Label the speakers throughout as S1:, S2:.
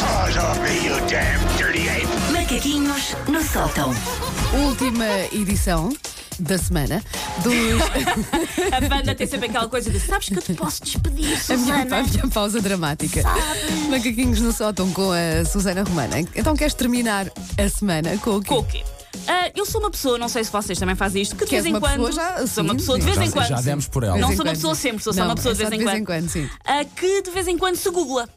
S1: paws off me, you damn dirty ape!
S2: Macaquinhos no sótão.
S3: Última edição da semana dos.
S4: A banda tem sempre aquela coisa de sabes que eu te posso despedir,
S3: a, minha,
S4: Susana.
S3: a minha pausa dramática. Macaquinhos no sótão com a Susana Romana. Então queres terminar a semana com o quê?
S4: Com o quê? Ah, eu sou uma pessoa, não sei se vocês também fazem isto, que de
S3: Que és
S4: vez em
S3: uma
S4: quando.
S3: pessoa já-
S4: sou uma
S3: sim,
S4: pessoa de
S3: sim.
S4: vez em
S5: Já-
S4: quando.
S5: já demos por ela.
S3: De
S4: Não
S3: vez em
S4: sou uma
S3: quando,
S4: pessoa
S3: sim.
S4: sempre, sou só
S3: Não,
S4: uma pessoa
S3: é
S4: de vez
S3: só
S4: em
S3: de vez
S4: quando.
S3: em quando, sim.
S4: Ah, que de vez em quando se googla.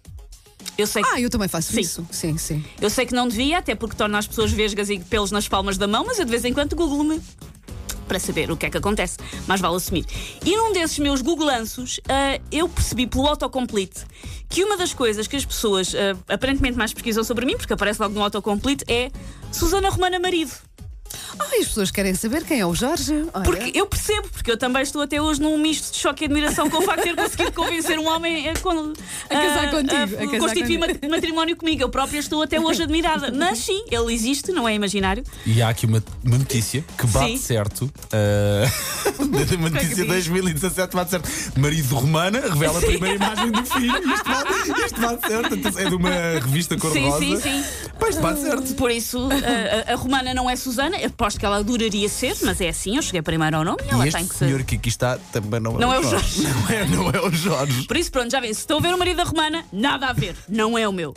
S4: Eu sei, que-
S3: Ah, eu também faço
S4: Sim.
S3: isso. Sim, sim.
S4: eu sei que não devia, até porque torna as pessoas vesgas e pelos nas palmas da mão, mas eu de vez em quando googlo-me para saber o que é que acontece. Mas vale assumir. E num desses meus googlanços, ah, eu percebi pelo autocomplete que uma das coisas que as pessoas ah, aparentemente mais pesquisam sobre mim, porque aparece logo no autocomplete, é Susana Romana Marido.
S3: Ah, e as pessoas querem saber quem é o Jorge. Olha.
S4: Porque eu percebo, porque eu também estou até hoje num misto de choque e admiração com o facto de ter conseguido convencer um homem a, con-
S3: A casar contigo, a casar
S4: constituir
S3: contigo.
S4: ma- matrimónio comigo. Eu própria estou até hoje admirada. Mas sim, ele existe, não é imaginário.
S5: E há aqui uma, uma notícia que bate
S4: Sim. é
S5: certo. uh, uma notícia de 2017 bate certo. Marido de Romana revela a primeira imagem do filho. Isto bate, isto bate certo. É de uma revista cor-de-rosa.
S4: Sim, sim, sim.
S5: Pá, isto bate certo.
S4: Por isso, a, a- a Romana não é Susana. Aposto que ela adoraria ser, mas é assim. Eu cheguei primeiro ao nome e ela
S5: e
S4: tem
S5: este
S4: que ser.
S5: senhor que aqui está também não é
S4: Não é o
S5: Não é, não é o Jorge.
S4: Por isso, pronto, já vem. Se estão a ver o marido da Romana, nada a ver. Não é o meu.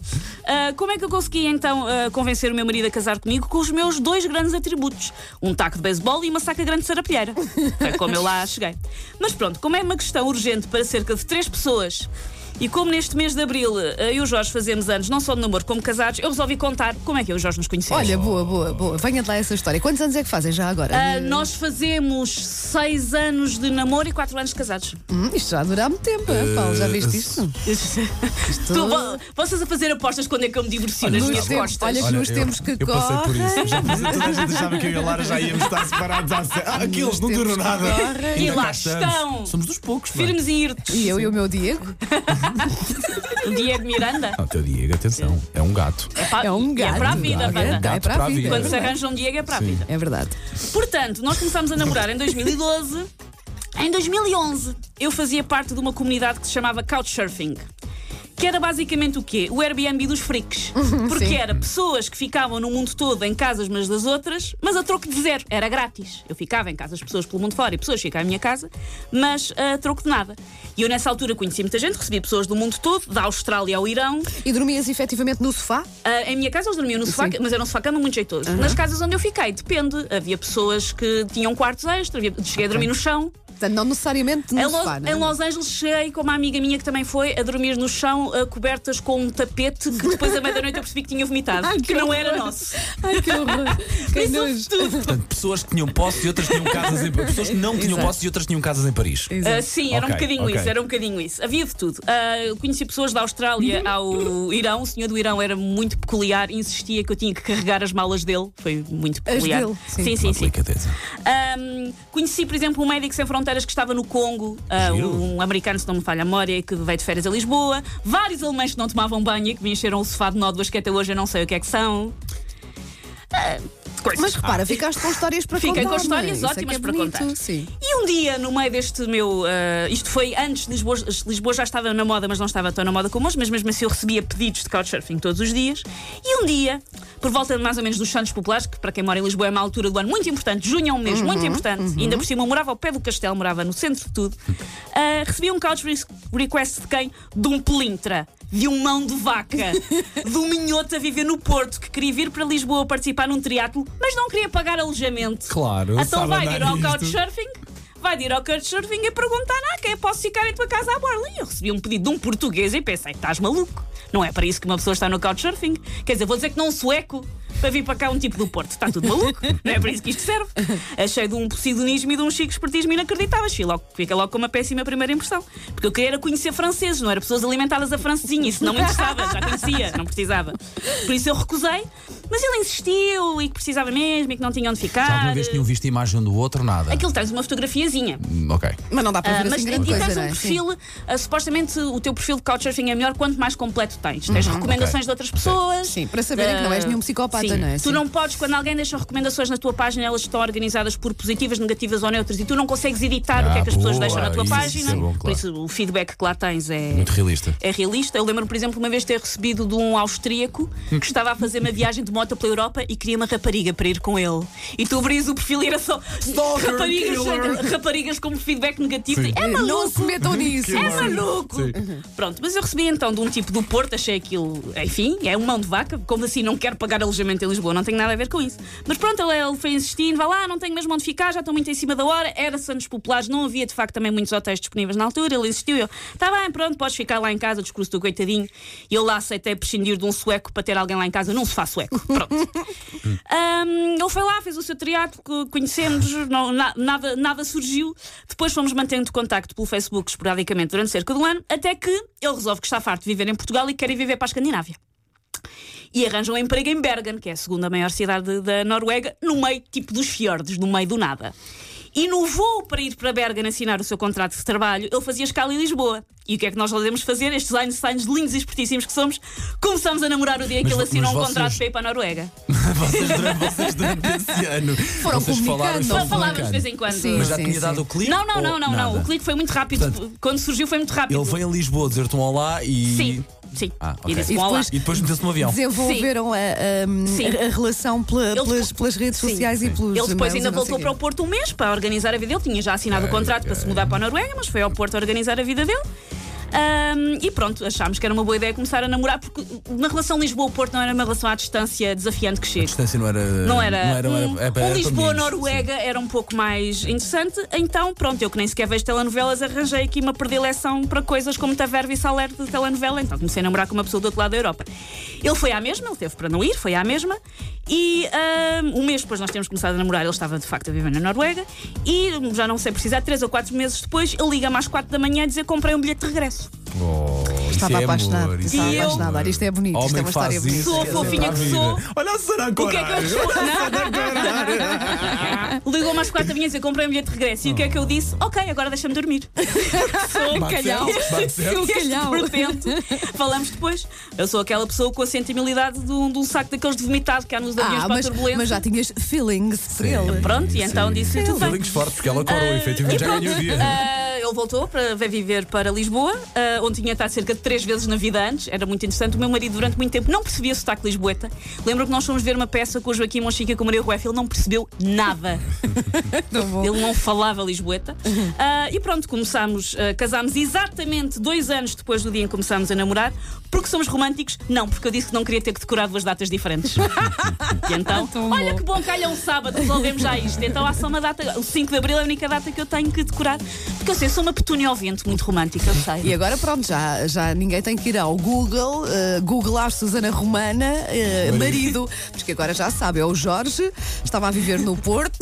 S4: Ah, como é que eu consegui então ah, convencer o meu marido a casar comigo com os meus dois grandes atributos? Um taco de beisebol e uma saca grande de sarapilheira. Foi como eu lá cheguei. Mas pronto, como é uma questão urgente para cerca de três pessoas. E como neste mês de Abril ah, eu e o Jorge fazemos anos não só de namoro como casados, eu resolvi contar como é que eu e o Jorge nos conhecemos.
S3: Olha, boa, boa, boa. Venha de lá essa história. Quantos anos é que fazem já agora?
S4: Ah, nós fazemos seis anos de namoro e quatro anos de casados.
S3: Hum, isto já dura há muito tempo, Paulo. Já viste isto? Isto-
S4: Tu- vo- vocês a fazer apostas quando é que eu me divorcio nas
S3: Nos
S4: minhas
S3: tempos-
S4: costas.
S3: olha que nos
S5: eu,
S3: temos que
S5: eu passei por
S3: correr.
S5: isso. Já toda a gente achava que eu e a Lara já íamos estar separados há se- Ah, aqueles
S3: Nos
S5: não
S3: temos
S5: duram
S3: que
S5: nada.
S3: correr.
S5: Ainda
S4: E
S5: cá
S4: lá
S5: estamos.
S4: estão.
S5: Somos dos poucos, é? pá.
S4: Firmes e irtos.
S3: E eu e o meu Diego?
S4: O Diego Miranda.
S5: Não, o teu Diego, atenção, Ah, é um gato.
S4: pá,
S3: É um gato.
S4: É para a vida,
S5: Gato,
S4: banda.
S3: É
S5: gato
S3: para a vida.
S4: Quando se
S3: É
S4: arranja um Diego é para a vida.
S3: É verdade.
S4: Portanto, nós começámos a namorar em 2012. Em 2011, eu fazia parte de uma comunidade que se chamava Couchsurfing. Que era basicamente o quê? O Airbnb dos freaks. Porque
S3: Sim.
S4: era pessoas que ficavam no mundo todo em casas umas das outras, mas a troco de zero. Era grátis. Eu ficava em casas de pessoas pelo mundo fora e pessoas ficavam em minha casa, mas eh, a troco de nada. E eu nessa altura conheci muita gente, recebi pessoas do mundo todo, da Austrália ao Irão,
S3: E dormias efetivamente no sofá?
S4: ah, em minha casa eles dormiam no sofá,
S3: Sim.
S4: mas era um sofá cama muito jeitoso. Nas casas onde eu fiquei, depende. Havia pessoas que tinham quartos extra, havia- cheguei a dormir no chão.
S3: Portanto, não necessariamente no
S4: Em, Los,
S3: sofá, não é?
S4: em Los Angeles cheguei com uma amiga minha que também foi a dormir no chão, ah, cobertas com um tapete que depois à meia-noite eu percebi que tinha vomitado,
S3: Ai,
S4: que,
S3: que
S4: não
S3: horror.
S4: era nosso.
S3: Ai, que horror. Que
S4: Isso
S3: nojo.
S4: tudo.
S5: Portanto, pessoas que tinham posse e outras tinham casas em Pessoas que não tinham
S3: Exato.
S5: posse e outras tinham casas em Paris.
S3: Exato.
S4: Ah, sim, era um
S5: Ok,
S4: bocadinho
S5: ok.
S4: isso, era um bocadinho isso. Havia de tudo. Ah, eu conheci pessoas da
S3: Uhum.
S4: Austrália ao Irão, o senhor do Irão era muito peculiar, insistia que eu tinha que carregar as malas dele, foi muito
S3: As
S4: peculiar.
S3: dele, sim.
S4: sim,
S5: Uma
S4: sim. sim.
S5: delicadeza.
S4: Um, conheci, por exemplo, um médico sem fronteiras que estava no Congo, uh,
S5: Giro.
S4: um americano, se não me falha a memória, que veio de férias a Lisboa, vários alemães que não tomavam banho e que me encheram o sofá de nódoas que até hoje eu não sei o que é que são.
S3: Mas repara, ficaste com histórias para
S4: Ah. Fiquei
S3: contar.
S4: com histórias
S3: não é? Isso é
S4: ótimas
S3: que é
S4: para
S3: bonito,
S4: contar.
S3: Sim.
S4: E um dia, no meio deste meu. uh, isto foi antes de Lisboa. Lisboa já estava na moda, mas não estava tão na moda como hoje, mas mesmo assim eu recebia pedidos de couchsurfing todos os dias. E um dia, por volta de mais ou menos dos Santos Populares, que para quem mora em Lisboa é uma altura do ano muito importante, junho é um mês
S5: Uhum,
S4: muito importante, e ainda por cima eu morava ao pé do castelo, morava no centro de tudo, uh, recebi um couch re- request de quem? De um pelintra. De um mão de vaca, de um minhoto a viver no Porto, que queria vir para Lisboa participar num triatlo, mas não queria pagar alojamento.
S5: Claro,
S4: Então
S5: sabe
S4: vai
S5: andar
S4: ir ao
S5: nisto.
S4: couchsurfing, vai ir ao couchsurfing e perguntar ah, quem posso ficar em tua casa à borla. E eu recebi um pedido de um português e pensei, estás maluco? Não é para isso que uma pessoa está no couchsurfing. Quer dizer, vou dizer que não um sueco para vir para cá um tipo do Porto. Está tudo maluco? Não é para isso que isto serve. Achei de um psidonismo e de um chico espertismo inacreditáveis. Fui logo, fica logo com uma péssima primeira impressão. Porque eu queria era conhecer franceses, não era pessoas alimentadas a francesinha. Isso não me interessava, já conhecia, não precisava. Por isso eu recusei. Mas ele insistiu e que precisava mesmo e que não tinha onde
S5: Já
S4: ficar.
S5: alguma vez tinham visto a imagem um do outro? Nada.
S4: Aquilo tens uma fotografiazinha.
S5: Hum, Ok.
S3: Mas não dá para
S4: Ah,
S3: ver
S4: mas
S3: assim
S4: em
S3: grande
S4: ti
S3: coisa,
S4: tens
S3: não
S4: um
S3: é?
S4: perfil, ah, supostamente o teu perfil de couchsurfing é melhor quanto mais completo tens. Tens recomendações
S5: ok.
S4: de outras pessoas.
S3: Uhum.
S4: ah,
S3: Sim, para saberem que não és nenhum psicopata,
S4: Sim.
S3: não é?
S4: Tu
S3: Sim.
S4: não podes, quando alguém deixa recomendações na tua página, elas estão organizadas por positivas, negativas ou neutras e tu não consegues editar o que é
S5: Ah,
S4: que as pessoas
S5: boa,
S4: deixam na tua
S5: isso,
S4: página.
S5: isso é bom,
S4: Por
S5: claro.
S4: isso o feedback que lá tens é.
S5: Muito realista.
S4: É realista. Eu lembro, por exemplo, uma vez ter recebido de um austríaco que estava a fazer uma viagem de moto pela Europa e queria uma rapariga para ir com ele. E tu abris o perfil e era só raparigas, raparigas como feedback negativo.
S5: Sim.
S4: É
S3: Eh, Não
S4: maluco!
S3: se metam nisso.
S4: É maluco! Pronto, mas eu recebi então de um tipo do Porto, achei aquilo, enfim, é um mão de vaca, como assim não quero pagar alojamento em Lisboa, não tenho nada a ver com isso. Mas pronto, ele, ele foi insistindo, vá lá, não tenho mesmo onde ficar, já estão muito em cima da hora, era Santos Populares, não havia de facto também muitos hotéis disponíveis na altura, ele insistiu, eu, tá bem, pronto, podes ficar lá em casa, o discurso do coitadinho, e eu lá aceitei prescindir de um sueco para ter alguém lá em casa, não se faz sueco, pronto. Ahm, ele foi lá, fez o seu triatlo, conhecemos, não, na- nada, nada surgiu. Depois fomos mantendo contacto pelo Facebook esporadicamente durante cerca de um ano, até que ele resolve que está farto de viver em Portugal e quer ir viver para a Escandinávia. E arranja um emprego em Bergen, que é a segunda maior cidade da Noruega, no meio tipo dos fiordes, no meio do nada. E no voo para ir para Bergen assinar o seu contrato de trabalho, ele fazia escala em Lisboa. E o que é que nós podemos fazer? Estes einsteins lindos e espertíssimos que somos, começamos a namorar o dia que
S5: Mas-
S4: ele assinou
S5: mas
S4: um
S5: vocês-
S4: contrato para ir para a Noruega.
S5: vocês, durante, vocês durante esse ano
S3: Foram
S5: vocês falaram e
S3: comunicando.
S5: foram
S4: Só falávamos de vez em quando.
S5: comunicando.
S3: Sim.
S5: Mas já
S3: Sim,
S5: tinha
S3: sim.
S5: dado o clique?
S4: Não, não,
S5: ou
S4: não, não, não.
S5: nada?
S4: O clique foi muito rápido.
S5: Portanto,
S4: Quando surgiu foi muito rápido.
S5: Ele veio a Lisboa dizer-te um olá e.
S4: Sim, sim.
S5: Ah, ok.
S4: E disse
S3: E
S4: um olá.
S3: depois-
S5: E depois meteu-se no avião.
S3: Desenvolveram a, hum, a- a relação pela-
S4: Ele
S3: pelas,
S4: depois-
S3: pelas redes
S4: Sim.
S3: sociais e pelos.
S4: Ele depois
S3: e-mails
S4: ainda
S3: e não sei
S4: voltou para o
S3: quê.
S4: Porto um mês para organizar a vida dele. Tinha já assinado
S5: É,
S4: o contrato para se mudar para a Noruega, mas foi ao Porto organizar a vida dele. Ahm, e pronto, achámos que era uma boa ideia começar a namorar, porque na relação Lisboa-Porto não era uma relação à distância desafiante que
S5: A
S4: chega.
S5: distância não era.
S4: Não era. um,
S5: não era- era para-
S4: um
S5: era para meninos.
S4: Lisboa-Noruega era um pouco mais interessante. Então, pronto, eu que nem sequer vejo telenovelas, arranjei aqui uma predileção para coisas como Taverva e Saler de telenovela. Então, comecei a namorar com uma pessoa do outro lado da Europa. Ele foi à mesma, ele teve para não ir, foi à mesma. E ahm, um mês depois nós tínhamos começado a namorar, ele estava de facto a viver na Noruega. E já não sei precisar, três ou quatro meses depois, ele liga-me às quatro da manhã a dizer: comprei um bilhete de regresso.
S5: Sim. Oh, isso
S3: Estava
S5: é
S3: apaixonado,
S5: amor, isso
S3: estava
S5: é
S3: apaixonado.
S5: amor.
S3: Isto é bonito, isto é
S5: Homem
S3: uma
S5: que
S3: história
S5: faz
S3: bonita.
S5: isso,
S4: Sou
S5: quer
S4: fofinha
S5: aceitar
S4: que
S5: a
S4: sou.
S5: vida. Olha a Sarah
S4: O que é que eu respondo? Não. Ligou-me às quatro da manhã e disse, comprei um bilhete de regresso. E o que é que eu disse? Ok, agora deixa-me dormir. Sou um
S5: Bate
S4: calhau.
S5: certo, bate certo.
S4: Sou um calhau. De repente, falamos depois. Eu sou aquela pessoa com a sentibilidade de um, de um saco daqueles de vomitado que há nos aviões
S3: Ah,
S4: para a
S3: mas,
S4: turbulência.
S3: mas já tinhas feelings por ele.
S4: Pronto, e então disse, tudo bem.
S5: Feelings fortes, porque ela corou,
S4: Ah,
S5: efetivamente.
S4: e
S5: Já ganhou o
S4: pronto,
S5: dia.
S4: ah, ele voltou para veio viver para Lisboa, ah, onde tinha estado cerca de três vezes na vida antes. Era muito interessante. O meu marido, durante muito tempo, não percebia sotaque lisboeta. Lembro que nós fomos ver uma peça com o Joaquim Monchique e com o Maria Rueff. Ele não percebeu nada.
S3: Tão bom.
S4: Ele não falava lisboeta.
S3: Uhum.
S4: Ah, e pronto, começámos, ah, casámos exatamente dois anos depois do dia em que começámos a namorar. Porque somos românticos? Não, porque eu disse que não queria ter que decorar duas datas diferentes. e então,
S3: Ah, Tão bom.
S4: olha que bom, calha um sábado, resolvemos já isto. Então há só uma data, o 5 de Abril é a única data que eu tenho que decorar. Porque eu sei, sou uma petúnia ao vento, muito romântica, eu sei.
S3: E agora pronto, já, já ninguém tem que ir ao Google, eh, googlar Susana Romana, eh, marido, porque agora já sabe, é o Jorge, estava a viver no Porto.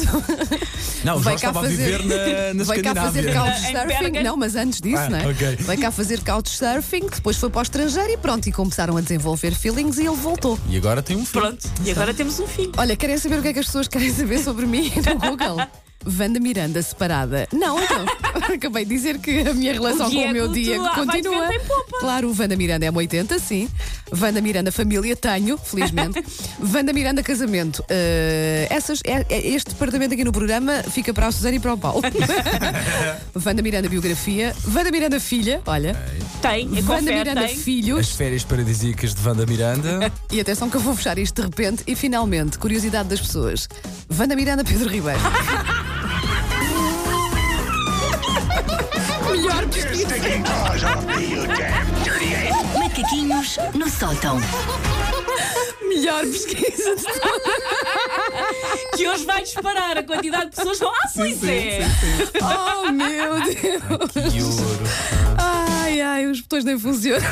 S5: Não, o
S3: vai
S5: Jorge
S3: cá
S5: estava a
S3: fazer-
S5: viver na, na
S3: Vai cá fazer
S5: Escandinávia.
S4: Em
S3: couchsurfing.
S4: Bergen.
S3: Não, mas antes disso,
S5: Ah,
S3: não é?
S5: ok.
S3: Vai cá fazer couchsurfing, depois foi para o estrangeiro e pronto, e começaram a desenvolver feelings e ele voltou.
S5: E agora tem um filho.
S4: Pronto, e agora temos um filho.
S3: Olha, querem saber o que é que as pessoas querem saber sobre mim no Google? Vanda Miranda separada. Não, então. Acabei de dizer que a minha relação
S4: O
S3: com o meu
S4: Diego,
S3: dia
S4: tu lá, vai de
S3: continua.
S4: vento em popa.
S3: Claro, o Vanda Miranda é uma 80, sim. Vanda Miranda família, tenho, felizmente. Vanda Miranda casamento. Eh, essas, é- é- este departamento aqui no programa fica para a Suzana e para o Paulo. Vanda Miranda biografia. Vanda Miranda filha, olha.
S4: Tem, eu
S3: Vanda
S4: confere,
S3: Miranda
S4: tem.
S3: filhos.
S5: As férias paradisíacas de Wanda Miranda.
S3: E atenção que eu vou fechar isto de repente e finalmente, curiosidade das pessoas. Vanda Miranda Pedro Ribeiro. Melhor que
S1: Your stinking paws off me, you damn dirty ape!
S2: Macaquinhos no sótão.
S3: melhor pesquisa.
S4: Que hoje vai disparar a quantidade de pessoas que vão. Ah, pois é!
S3: Oh meu Deus!
S5: Que ouro.
S3: Ai ai, os botões nem funcionam.